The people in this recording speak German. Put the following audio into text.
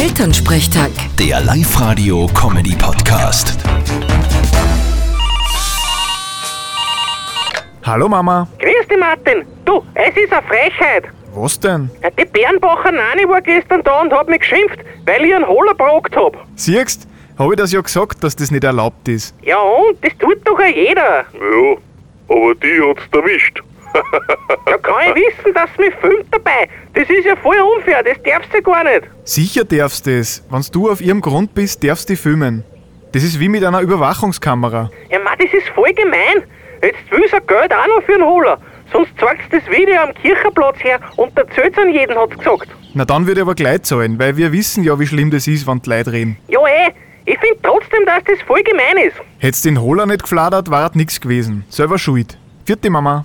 Elternsprechtag. Der Live-Radio-Comedy-Podcast. Hallo Mama, Grüß dich, Martin. Du, es ist eine Frechheit. was denn? Die Bernbacher Nani war gestern da und hat mich geschimpft, weil ich einen Holler bragt hab. Siehst, habe ich das ja gesagt, dass das nicht erlaubt ist. Ja und, das tut doch auch jeder. Ja, aber die hat's erwischt. Da kann ich wissen, dass sie mich filmt dabei. Das ist ja voll unfair, das darfst du gar nicht. Sicher darfst du es. Wenn du auf ihrem Grund bist, darfst du die filmen. Das ist wie mit einer Überwachungskamera. Ja, Mann, das ist voll gemein. Jetzt will sie Geld auch noch für einen Holler. Sonst zeigst das Video am Kirchenplatz her und erzählt's an jeden, hat's gesagt. Na dann würde ich aber gleich zahlen, weil wir wissen ja, wie schlimm das ist, wenn die Leute reden. Ja, eh. Ich find trotzdem, dass das voll gemein ist. Hätt's den Holer nicht gefladert, war nix gewesen. Selber schuld. Vierte Mama.